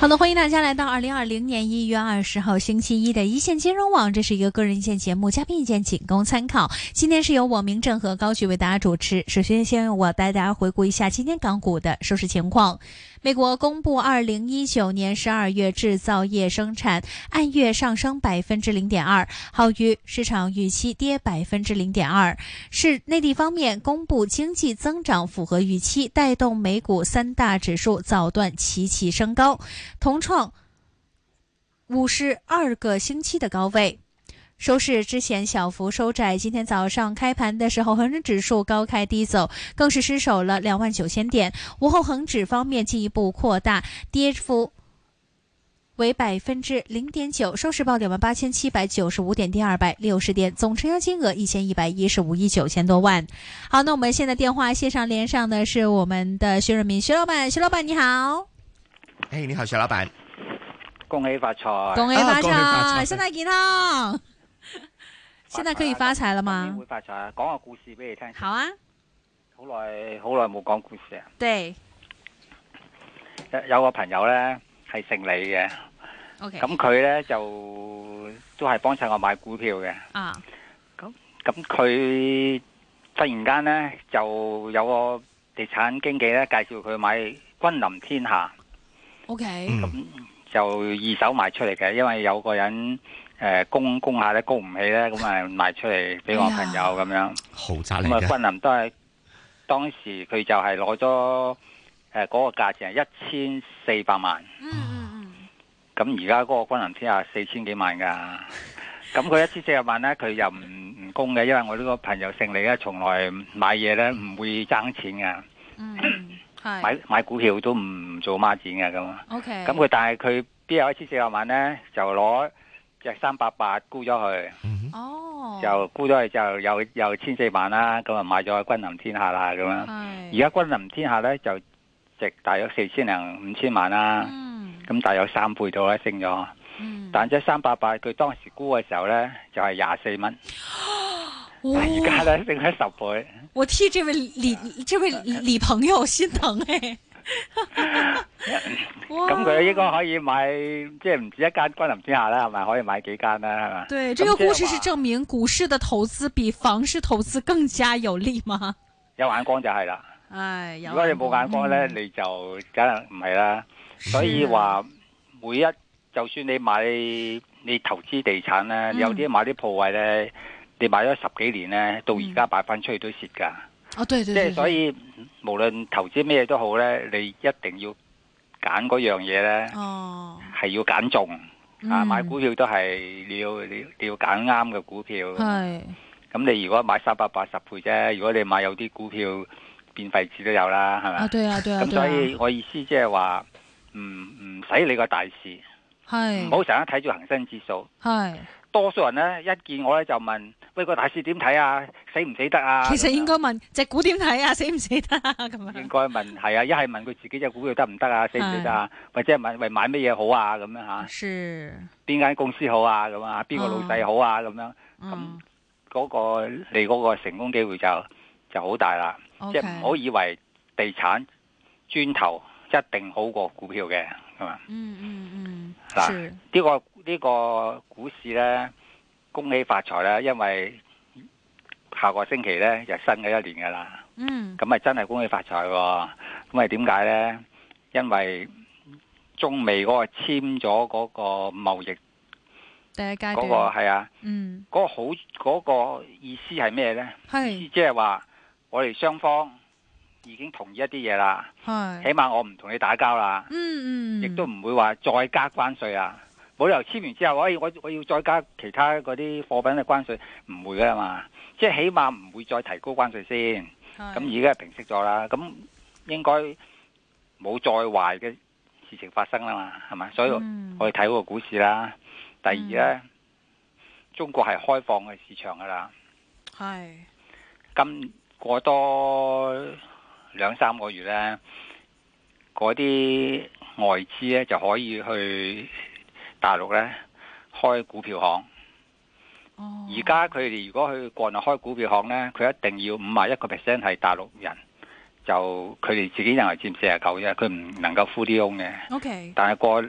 好的，歡迎大家來到二零二零年一月二十號星期一的一線金融網，這是一個個人意見節目，嘉賓意見僅供參考。今天是由我明正和高旭為大家主持。首先，先由我帶大家回顧一下今天港股的收市情況。美國公布二零一九年十二月製造業生產按月上升百分之零點二，好於市場預期跌百分之零點二。是內地方面公布經濟增長符合預期，帶動美股三大指數早段齊齊升高。同創五十二個星期的高位，收市之前小幅收窄。今天早上開盤的時候，恆生指數高開低走，更是失守了兩萬九千點。午後恆指方面進一步擴大，跌幅為百分之零點九，收市報兩萬八千七百九十五點，跌二百六十點，總成交金額一千一百一十五億九千多萬。好，那我們現在電話線上連上的是我們的薛瑞敏薛老闆，薛老闆你好。誒，hey, 哎你好，小老闆，恭喜發財！恭喜發財！啊、身體健 康，現在可以發財了嗎？會發財，講個故事俾你聽。好啊，好耐好耐冇講故事啊。對，有個朋友呢係姓李嘅，OK，咁佢呢就都係幫襯我買股票嘅。啊，咁咁佢忽然間呢就有個地產經紀呢介紹佢買君臨天下。 O K，嗯咁就二手賣出嚟嘅，因為有個人誒供供下咧，供唔起咧，咁啊賣出嚟俾哎我朋友咁樣。豪宅嚟咁嘅，啊，君臨都係當時佢就係攞咗誒嗰個價錢係一千四百萬，嗯嗯咁而家嗰個君臨天下四千幾 萬㗎。咁佢一千四百萬咧，佢又唔唔供嘅，因為我呢個朋友姓李咧，從來買嘢咧唔會爭錢嘅，嗯嗯，係買買股票都唔做孖展嘅咁啊。 O K，咁佢但係佢邊有一千四百萬呢？就攞隻三百八沽咗佢，嗯哦，就沽咗佢就有有千四萬啦，咁啊買咗君臨天下啦咁啊樣。而係，家君臨天下呢，就值大約四千零五千萬啦，嗯咁大約三倍到啦，升咗。嗯，但隻三百八佢當時沽嘅時候呢，就係廿四蚊，但而家哦，呢，升咗十倍。我替這位李這位李朋友心疼 哎，咁咁佢應該可以買，即係唔止一間君臨天下啦，係咪？可以買幾間啦，係咪？對，咁這個即係故事是話證明股市的投資比房市投資更加有利嗎？有眼光就係啦。唉，有如果你冇眼光哎呢，你就梗係唔係啦。所以話每一就算你買你投資地產呢，嗯有啲買啲鋪位呢，你買咗十幾年呢，到而家擺翻出去都蝕㗎。哦，對即對對，係所以無論投資咩都好呢，你一定要揀嗰樣嘢對呢，哦，係要揀中啊！嗯買股票都係你要你要你要揀啱嘅股票。係。咁你如果買三百八十倍啫，如果你買有啲股票變廢紙都有啦，係咪？啊，對啊，對啊，咁對啊所，以我意思即係話，唔唔使理個大市，唔係好成日睇住恒生指數。係，多數人呢，一見我呢就問：喂，個大市點睇啊？死唔死得啊？其實應該咁問隻股點睇啊，死唔死 得啊咁樣樣。應該問係啊，一係問佢自己只股票得唔得啊？死唔死得啊？或者係問喂買乜嘢好啊？咁樣嚇，是，邊間公司好啊？咁啊，邊個老細好啊？咁樣嗯嗰個你嗰個成功機會就就好大啦。即，OK，係唔好以為地產磚頭一定好過股票嘅，係嘛？Ừ, 嗯嗯嗯，嗱是，呢、個呢、個股市呢，恭喜發財啦！因為下個星期呢，就新嘅一年噶啦，嗯咁咪真係恭喜發財喎、咁咪點解呢？因為中美嗰個簽咗嗰個貿易第一階嗰、個段，係啊，嗯嗰、個好嗰、個意思係咩呢？意係思即係話我哋雙方已經同意一啲嘢啦，起係，碼我唔同你打交啦。嗯嗯，亦都唔會話再加關税啊！冇理由簽完之後，哎，我我要再加其他嗰啲貨品嘅關税，唔會噶嘛。即係起碼唔會再提高關税先。係咁而家平息咗啦，咁應該冇再壞嘅事情發生啦嘛，係嘛？所以嗯我哋睇嗰個股市啦。第二呢，中國係開放嘅市場噶啦，係今過多兩三個月呢，嗰啲外資呢就可以去大陸呢開股票行。哦，而家佢哋如果去國內開股票行呢，佢一定要五十一個 percent 係大陸人，就佢哋自己人係佔四十九啫，佢唔能夠 full 啲 own 嘅。 OK 但係過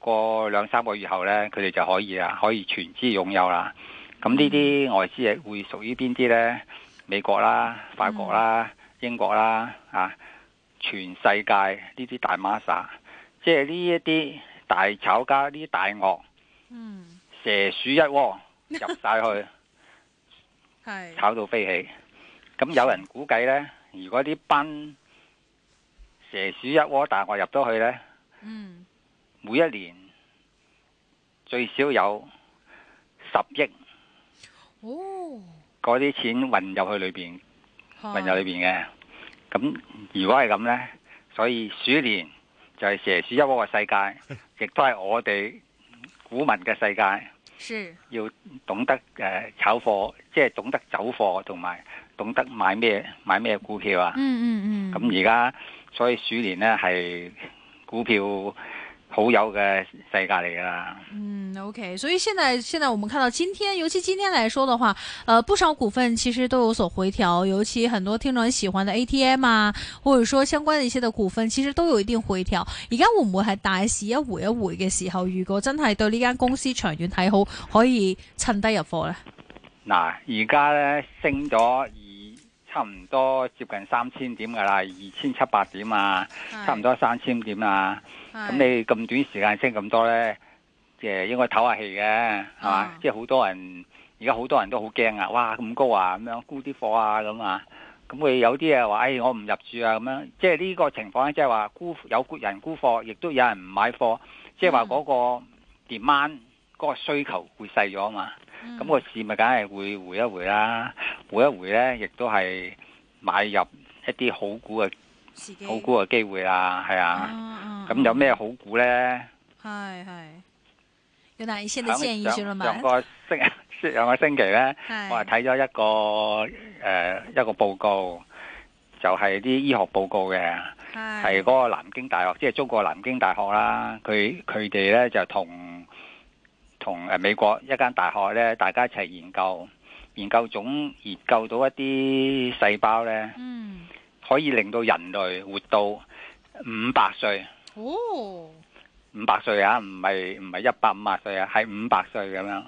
過兩三個月後呢，佢哋就可以啦，可以全資擁有啦。咁呢啲外資係會屬於邊啲呢？美國啦、法國啦、英國啦，啊，全世界呢啲大孖沙，即係呢一啲大炒家、呢啲大鱷、嗯蛇鼠一窩入晒去，係炒到飛起。咁有人估計呢，如果呢班蛇鼠一窩大鱷入咗去呢。嗯每一年最少有十億哦嗰啲錢混入去裏邊，係混入裏邊嘅。咁如果係咁呢，所以鼠年就係蛇鼠一窩嘅世界，亦都係我哋股民嘅世界，是要懂得誒、呃炒貨，即係懂得走貨，同埋懂得買咩買咩股票啊。Ừ, 嗯嗯嗯咁而家所以鼠年呢係股票好友嘅世界嚟㗎啦。嗯，OK，所以现在现在我们看到今天，尤其今天来说的话，呃，不少股份其实都有所回调，尤其很多听众喜欢的 ATM 啊，或者说相关的一些的股份，其實都有一定回調。而家會唔會係大市一回一回嘅時候，如果真係對呢間公司長遠睇好，可以趁低入貨呢？嗱，而家咧升咗二，差唔多接近三千點噶啦，二千七百點啊，差唔多三千點啊。咁你咁短時間升咁多咧，即係應該唞下氣嘅，係嘛啊？即係好多人而家好多人都好驚啊！哇，咁高啊，咁樣沽啲貨啊，咁啊。咁佢有啲啊話，唉、我唔入住啊，咁樣。即係呢個情況咧，即係話沽有人沽貨，亦都有人唔買貨，即係話嗯嗰個 demand 嗰個需求會細咗啊嘛。嗯咁個市咪梗係會回一回啦，回一回呢，亦都係買入一啲好股嘅好股嘅機會啦，係啊。啊咁有咩好股呢？係係有哪一些的上建議，徐老上上闆？個星 上個星期呢，我係係睇咗一個誒、呃一個報告，就係啲醫學報告嘅，係嗰個南京大學，即係中國南京大學啦。佢佢哋呢，就同同誒美國一間大學呢，大家一齊研究，研究總研究到一啲細胞呢，嗯可以令到人類活到五百歲。哦五百歲啊，唔係唔係一百五十歲啊，係五百歲咁樣。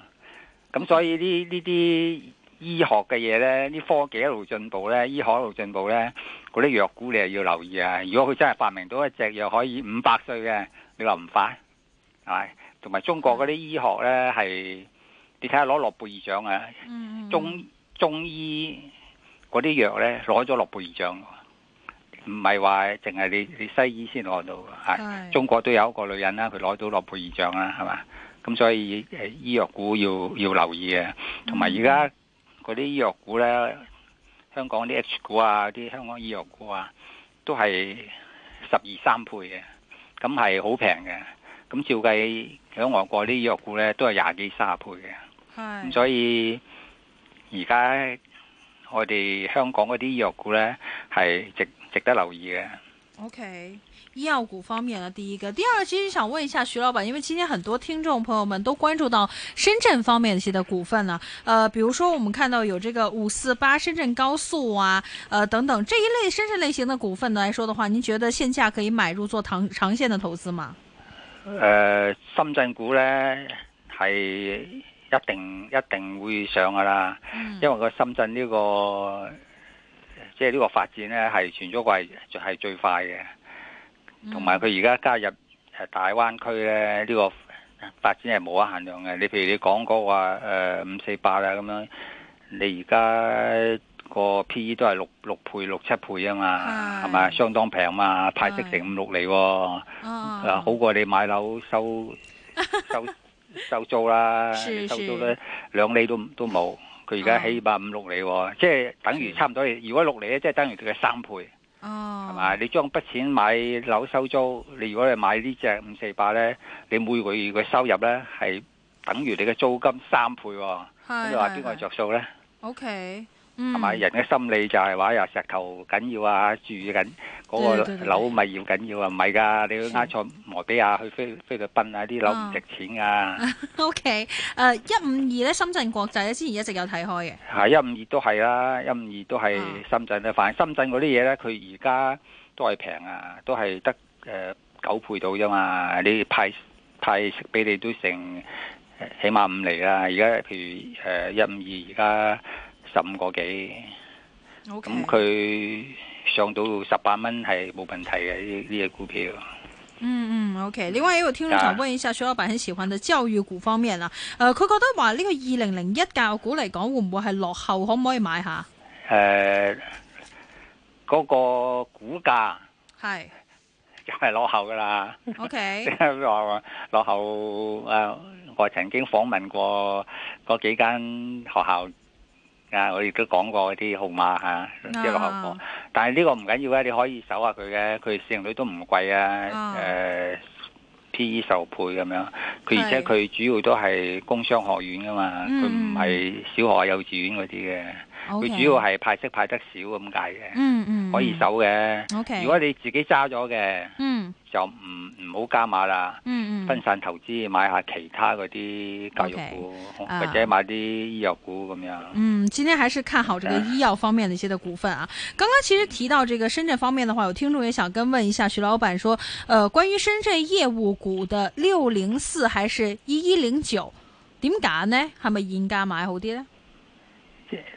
咁所以呢呢啲醫學嘅嘢呢，啲科技一路進步呢，醫學一路進步呢，嗰啲藥股你又要留意啊。如果佢真係發明到一隻藥可以五百歲嘅，你話唔快係咪？同埋中國嗰啲醫學呢，係你睇下攞諾貝爾獎啊，嗯嗯中中醫嗰啲藥呢，攞咗諾貝爾獎喎，唔係話淨係你你西醫先攞到㗎係。係中國都有一個女人啦，佢攞到諾貝爾獎啦，係嘛？咁所以誒醫藥股要要留意嘅，同埋而家嗰啲醫藥股咧，香港啲 H 股啊，啲香港醫藥股啊，都係十二三倍嘅，咁係好平嘅。咁照計喺外國啲醫藥股咧，都係廿幾三十倍嘅。咁係所以而家我哋香港嗰啲醫藥股咧，係值值得留意嘅。 OK，医药股方面呢，第一个，第二，其实想问一下徐老板，因为今天很多听众朋友们都关注到深圳方面的一些的股份呢、呃，比如说我们看到有这个五四八深圳高速啊，呃等等这一类深圳类型的股份来说的话，您觉得现价可以买入做长长线的投资吗？誒、呃深圳股呢係一定一定會上噶啦，嗯因為個深圳呢、個即係呢個發展呢係全中國係係最快嘅，嗯同埋佢而家加入誒大灣區呢，呢、個呃發展係冇可限量嘅。你譬如你講嗰話誒五四八啊啦咁樣，你而家個 P E 都係六六倍六七倍啊嘛，係係咪相當平嘛？派息成五六厘喎。啊，啊好過你買樓收 收收租啦，是你收租是咧兩厘都都冇，佢而家哦起碼五六厘喎，即係等於是差唔多。如果六厘咧，即係等於佢嘅三倍，係哦，嘛？你將筆錢買樓收租，你如果你買呢只五四八咧，你每個月嘅收入咧係等於你嘅租金三倍喎，咁係你話係邊個係着數咧？ OK，嗯，同埋人嘅心理就係話哎呀石頭緊要啊，住緊嗰對對個對樓咪要緊要啊，唔係㗎，你要呃錯摩比亞去菲菲律賓啊，啲樓啊唔值錢 㗎， OK，誒一五二咧，深圳國際咧之前一直有睇開嘅，係一五二都係啦，一五二都係啊深圳咧，反正深圳嗰啲嘢咧，佢而家都係平啊，都係得誒九倍到啫嘛，你派派息俾你都成呃起碼五厘啦，而家譬如誒一五二而家十五個幾。 OK 咁佢上到十八蚊係冇問題嘅呢呢只股票。嗯嗯，OK。另外一位聽眾想問一下，徐老闆很喜歡嘅教育股方面啊，誒、佢覺得話呢個二零零一教育股嚟講，會唔會係落後，可唔可以買下？誒、嗰、個股價係又係落後㗎啦，即 OK， 係落落後誒、我曾經訪問過嗰幾間學校。啊！我亦都講過啲號碼嚇，啊即係落後過。但係呢個唔緊要啊，你可以搜下佢嘅，佢市盈率都唔貴啊，誒、啊 P E 十倍咁樣。佢而係且佢主要都係工商學院噶嘛，佢唔嗯係小學、幼稚園嗰啲嘅。佢 OK 主要係派息派得少咁解嘅，嗯嗯可以搜嘅。 OK，如果你自己揸咗嘅，嗯就唔唔好加碼啦。嗯嗯分散投資買下其他嗰啲教育股啊或者買啲醫藥股咁樣。嗯，今天还是看好嗯这个医药方面的一些的股份啊。刚刚其实提到这个深圳方面的话，有听众也想跟问一下徐老板说，呃，关于深圳业务股的六零四还是一一零九，点揀呢？係咪現價買好啲呢？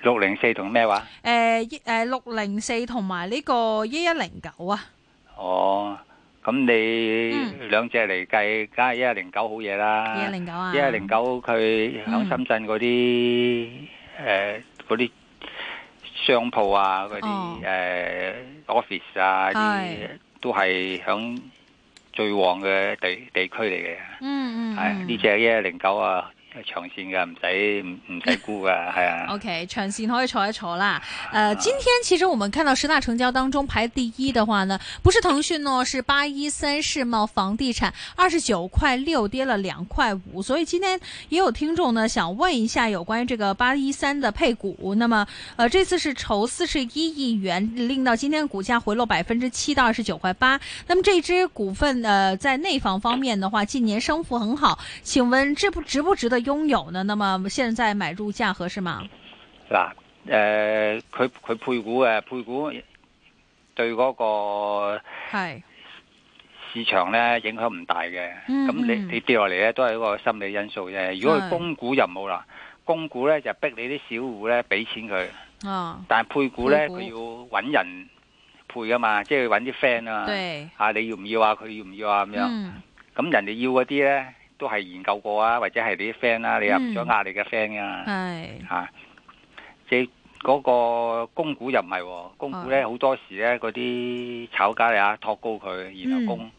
六零四同咩話？誒呃一誒六零四同埋呢個一一零九啊，哦，咁你嗯兩隻嚟計，梗係一一零九好嘢啦。一一零九啊，一一零九佢嗯喺深圳嗰啲誒嗰啲商鋪啊，嗰哦啲誒 office 啊，係啲都係響最旺嘅地地區嚟嘅。嗯，嗯係嗯，呢只一一零九啊，長線嘅，唔使唔 唔使估噶，係啊。 OK，長線可以坐一坐啦。呃，今天其實我們看到十大成交當中排第一的話呢，不是騰訊哦，是八一三世茂房地產，二十九塊六跌了兩塊五。所以今天也有聽眾呢想問一下有關於這個八一三的配股，那么呃這次是籌四十一億元，令到今天股價回落百分之七到二十九塊八。那么這支股份呃在內房方面的話，近年升幅很好，請問值不值不值得擁有呢？那么現在買入價合適嗎？嗱，誒佢佢配股嘅配股對嗰個係，市場咧影響唔大嘅。嗯咁你嗯你跌落嚟咧都係一個心理因素啫。如果係佢供股就冇啦，供股咧就逼你啲小戶咧俾錢佢，啊，但係配股配咧股佢要揾人配噶嘛，即係揾啲 friend À, 啊。對，啊，你要唔要啊？佢要唔要啊？咁樣。嗯，咁人哋要嗰啲咧都係研究過啊，或者係你啲 friend 啦，你又唔想呃你嘅 friend 噶嘛。嗯係，嚇、啊即係嗰個供股又唔係喎，供股咧好多時咧嗰啲炒家啊托高佢，然後供，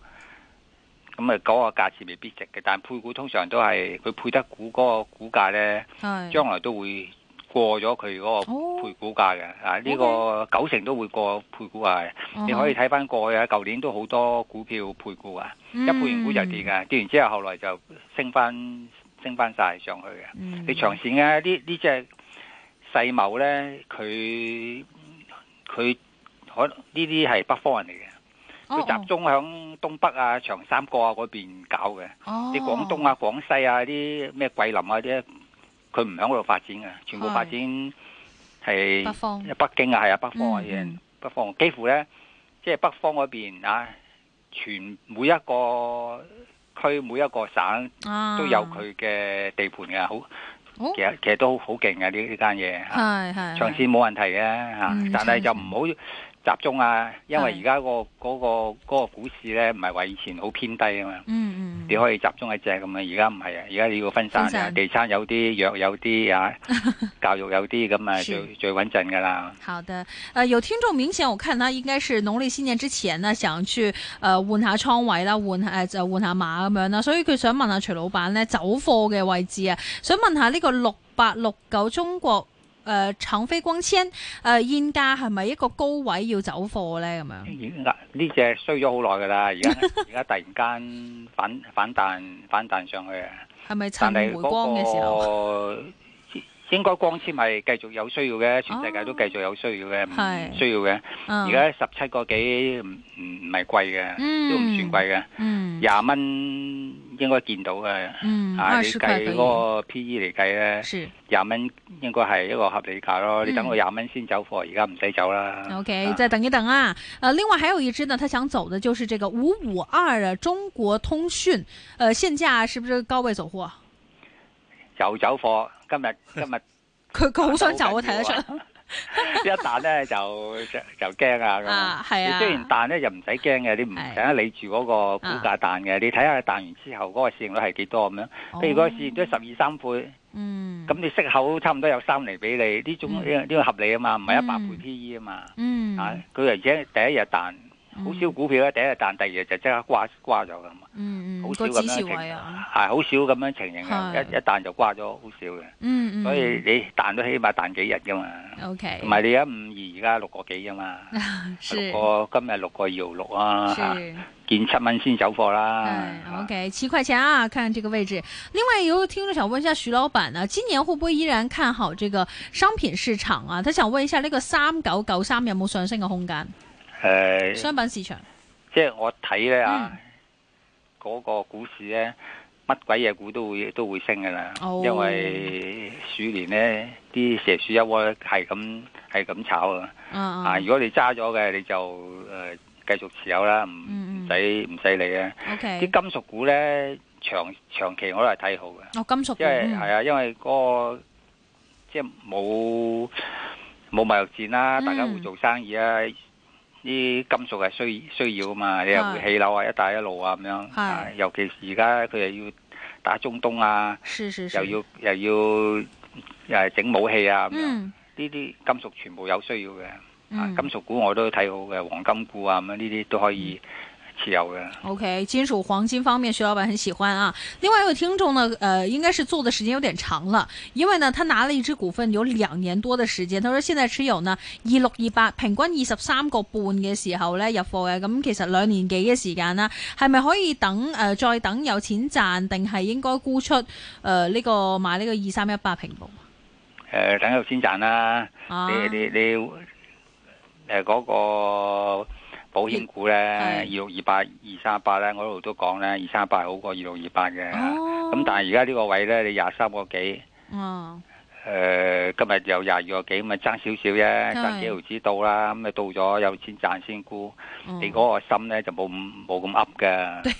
咁啊嗰個價錢未必值嘅，但配股通常都係佢配得股嗰個股價咧，係，將來都會過咗佢嗰嗯個哦配股價嘅，啊呢個九成都會過配股價嘅，哦你可以睇翻過去啊，舊年都好多股票配股啊，嗯一配完股就跌嘅，嘅，跌完之後後來就升翻升翻晒上去嘅。嗯你長線啊，呢呢只世茂咧，佢佢可呢啲係北方人嚟嘅，哦佢、集中響東北啊、長三角啊嗰邊搞嘅。哦啲廣東，啊、廣西啊、啲咩桂林啊啲，佢唔響嗰度發展嘅，全部係發展係北方北京啊，係啊，北方啊，嗯啲人嗯北方幾乎咧，即係北方嗰邊啊，全每一個區每一個省。啊都有，佢嘅地盤嘅，好哦其實其實都好勁嘅呢呢單嘢嚇，係係，長線冇問題嘅嚇啊嗯，但係就唔好集中啊，因為係而家個嗰個嗰個股市咧唔係話以前好偏低啊嘛，嗯，嗯嗯，你可以集中一隻咁啊，而家唔係啊，而家你要分散分啊，散地產有啲，藥有 啲啊，教育有啲咁啊，是最最穩陣㗎啦。好的，呃，有聽眾明顯我看他應該是農曆新年之前呢，想去呃換下倉位啦，換誒就換下馬咁樣啦，所以佢想問下徐老闆呢，走貨嘅位置啊，想問下呢個六八六九中國誒長飛光纖誒、呃、現價係咪一個高位要走貨呢？咁樣？呢只衰咗好耐㗎啦，而 家而家突然間反反彈反彈上去啊！係咪趁但係回光嘅時候？嗰個應該光纖係繼續有需要嘅，全世界都繼續有需要嘅，唔哦係需要嘅。嗯，而家十七個幾唔唔唔係貴嘅，嗯都唔算貴嘅，嗯廿蚊應該見到嘅。嗯啊，二你十块計可嗰以，個 P/E 嚟計咧，是廿蚊應該係一個合理價咯。你等嗯我廿蚊先走貨，而家唔使走啦。 OK，啊再等一等啊。呃，另外还有一只呢，他想走的就是这个五五二的中国通讯，呃，现价是不是高位走货 啊？又走貨，今日今日 佢佢好想走啊，好睇緊得要出一彈咧就就就驚啊咁樣。啊，係你啊。雖然彈咧就唔使驚嘅，你唔係使理住嗰個股價彈嘅，你睇下彈完之後嗰個市盈率係幾多咁樣。譬如嗰個市盈率十二三倍，哦嗯，咁你息口差唔多有三厘俾你，呢種嗯呢呢個合理啊嘛，唔係一百嗯倍 P E 啊嘛。嗯，啊，佢而且第一日彈，好少股票咧，第一日彈，第二日就即刻掛掛咗噶嘛，嗯，嗯好嗯少個咁指樣示情位形，啊，係好少咁樣情形係嘅，一一彈就掛咗，好少嘅。嗯嗯，所以你彈都起碼彈幾日噶嘛， OK，同埋你一五二而家六個幾啊嘛。是六個今日六個二毫六啊，是，見七蚊先走貨啦哎。，OK，七块钱啊，看这个位置。另外有听众想问一下徐老板呢，今年会不会依然看好这个商品市场啊？他想问一下呢個三九九三有冇上升嘅空間？诶，商品市場即係我睇咧啊嗯，嗰個股市咧，乜鬼嘢股都會都會升噶啦哦，因為鼠年咧啲蛇鼠一窩係咁係咁炒啊。啊啊，如果你揸咗嘅，你就诶继续持有啦，唔嗯嗯唔使唔使理啊。啲 OK，金屬股咧，長長期我都係睇好嘅。哦，金屬股因為係啊，因為嗰、個即係冇冇貿易戰啦，嗯大家會做生意啊。啲金屬係需需要啊嘛，你又係會起樓啊，一帶一路啊咁樣。係啊尤其是而家佢又要打中東啊，嗯是是是，又要又要誒整武器啊咁樣。呢嗯啲金屬全部有需要嘅。啊，嗯金屬股我都睇好嘅，黃金股啊咁樣呢啲都可以持有嘅。 OK，金屬黃金方面，徐老闆很喜歡啊。另外有聽眾呢，呃，應該是做的時間有點長了，因為呢，他拿了一隻股份有兩年多的時間，他說現在持有呢二六二八，平均二十三個半嘅時候呢入貨嘅，咁其實兩年幾嘅時間啦，係咪可以等呃再等有錢賺，定係應該沽出呃呢、個買呢個二三一八平保誒、等有錢賺啦。啊？你你你誒嗰個保險股咧，二六二八、二三八咧，我一路都講咧，二三八好過二六二八嘅。啊咁、哦，但係而家呢個位咧，你廿三個幾，啊，誒、今日又廿二個幾，咁啊爭少少啫，爭幾毫子到啦，咁啊到咗有錢賺先沽。嗯你嗰個心咧就冇咁冇咁噏 嘅。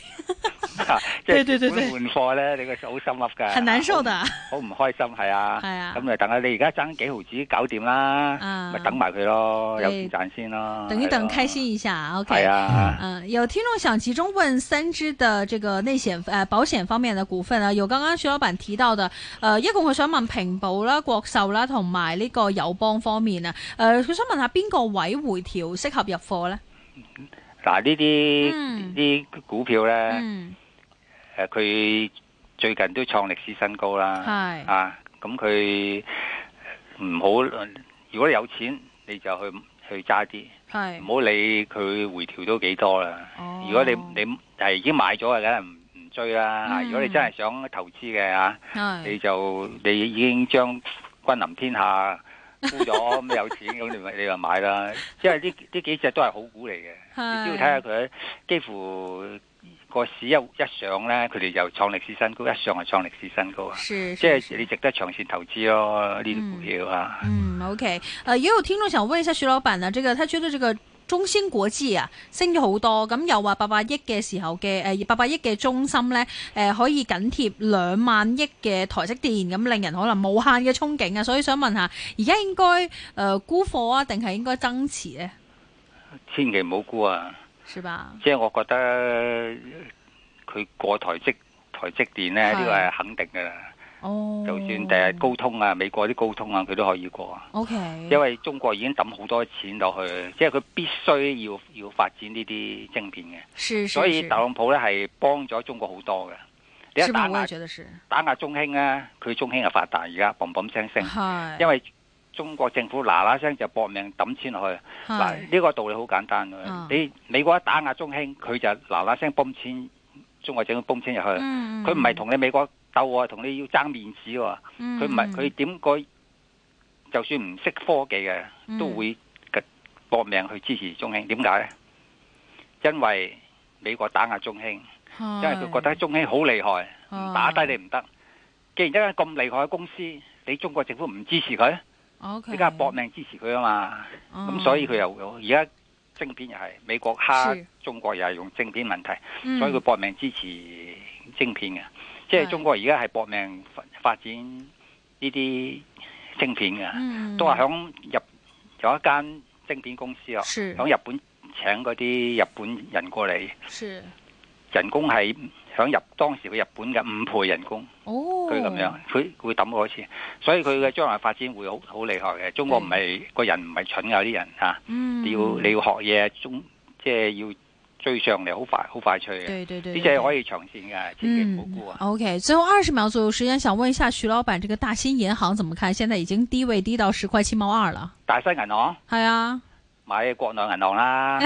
即對對對係對換貨咧，你個好心噏㗎，很難受的，好唔，好唔開心係啊係。啊咁，咪等下你而家爭幾毫子搞掂啦，啊咪等埋佢咯，有對錢賺先咯。等一等，係咯開。心一下啊，OK 係。啊，嗯，有听众想集中问三只的这个内险呃保险方面的股份啊，有刚刚徐老板提到的，呃，一共佢想问平保啦、国寿啦同埋呢个友邦方面啊，呃，佢想问下边个位回调适合入货呢？嗱呢啲嗯呢啲股票咧，嗯，誒佢最近都創歷史新高啦。系，啊，咁佢唔好，如果你有錢你就去去揸啲，唔系，好理佢回調都幾多啦。哦如果你你係已經買咗嘅，梗係唔唔追啦。啊嗯如果你真係想投資嘅啊嚇。你系，就你已經將君臨天下沽咗，咁有錢咁你咪你咪買啦。因為呢呢幾隻都係好股嚟嘅，嗯你只要睇下佢幾乎個市一一上咧，佢哋就創歷史新高，一上就創歷史新高啊！是，即是係你值得長線投資咯，呢啲股票啊。嗯，OK，呃，也有听众想问一下徐老板呢，这个他觉得这个中芯國際啊升咗好多，咁又話八百億嘅時候嘅誒八百億嘅中心呢，誒、呃可以緊貼兩萬億嘅台積電，咁令人可能無限嘅憧憬啊，所以想問下，而家應該誒、呃沽貨啊，定係應該增持呢？千祈唔好沽啊！是吧？即係我覺得佢過台積台積電咧，係呢個係肯定㗎啦。哦，就算第日高通啊、美國啲高通啊，佢都可以過啊。 ，OK，因為中國已經抌好多錢落去，即係佢必須要要發展呢啲晶片嘅，是是所以是特朗普咧係幫咗中國好多嘅。你是一吧打我也壓覺得是，打壓中興咧，佢中興就發達，而家砰砰聲聲，係，因為為中國政府嗱嗱聲就搏命抌錢落去。啊嗱，呢個道理好簡單嗯嘅，你美國一打壓中興，佢就嗱嗱聲泵錢，中國政府泵錢入去，嗯，佢唔係同你美國鬥喎，同你要爭面子喎。佢佢唔係佢點個就算唔識科技嘅，嗯都會嘅搏命去支持中興。點解呢？因為美國打壓中興，因為佢覺得中興好厲害，唔打低你唔得。既然一間咁厲害嘅公司，你中國政府唔支持佢， ，OK，你梗係搏命支持佢啊嘛。嗯咁、所以佢又而家晶片又係美國蝦是中國，又係用晶片問題。嗯，所以佢搏命支持晶片嘅，即係係中國而家係搏命發發展呢啲晶片嘅，嗯都話響日有一間晶片公司啊，是響日本請嗰啲日本人過嚟，是人工係響日當時佢日本嘅五倍人工，哦，佢咁樣，佢佢抌嗰次，所以佢嘅將來發展會好好厲害嘅。中國唔係個人唔係蠢㗎啲人嚇，嗯，你要你要學嘢，中即係要追上嚟，好快好快脆嘅。对对对，对呢只对係可以長線嘅，千祈唔嗯好估啊！ OK，最后二十秒左右时间，想问一下徐老板，这个大新银行怎么看？现在已经低位低到十块七毛二了。大新銀行系啊買國內銀行 啦，啊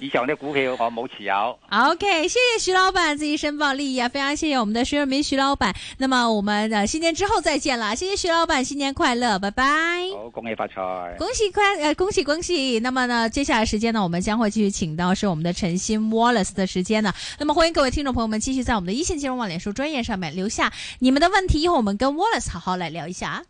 以上啲股票我冇持有。 ，OK，谢谢徐老板自己申报利益啊，非常谢谢我们的徐润民徐老板。那么我们的新年之后再见了，谢谢徐老板，新年快乐，拜拜。好，恭喜發財！恭喜快呃恭喜恭喜！那么呢，接下来时间呢，我们将会继续请到是我们的陈鑫 Wallace 的时间呢。那么欢迎各位听众朋友们继续在我们的一线金融网脸书专业上面留下你们的问题，一会儿我们跟 Wallace 好好来聊一下啊。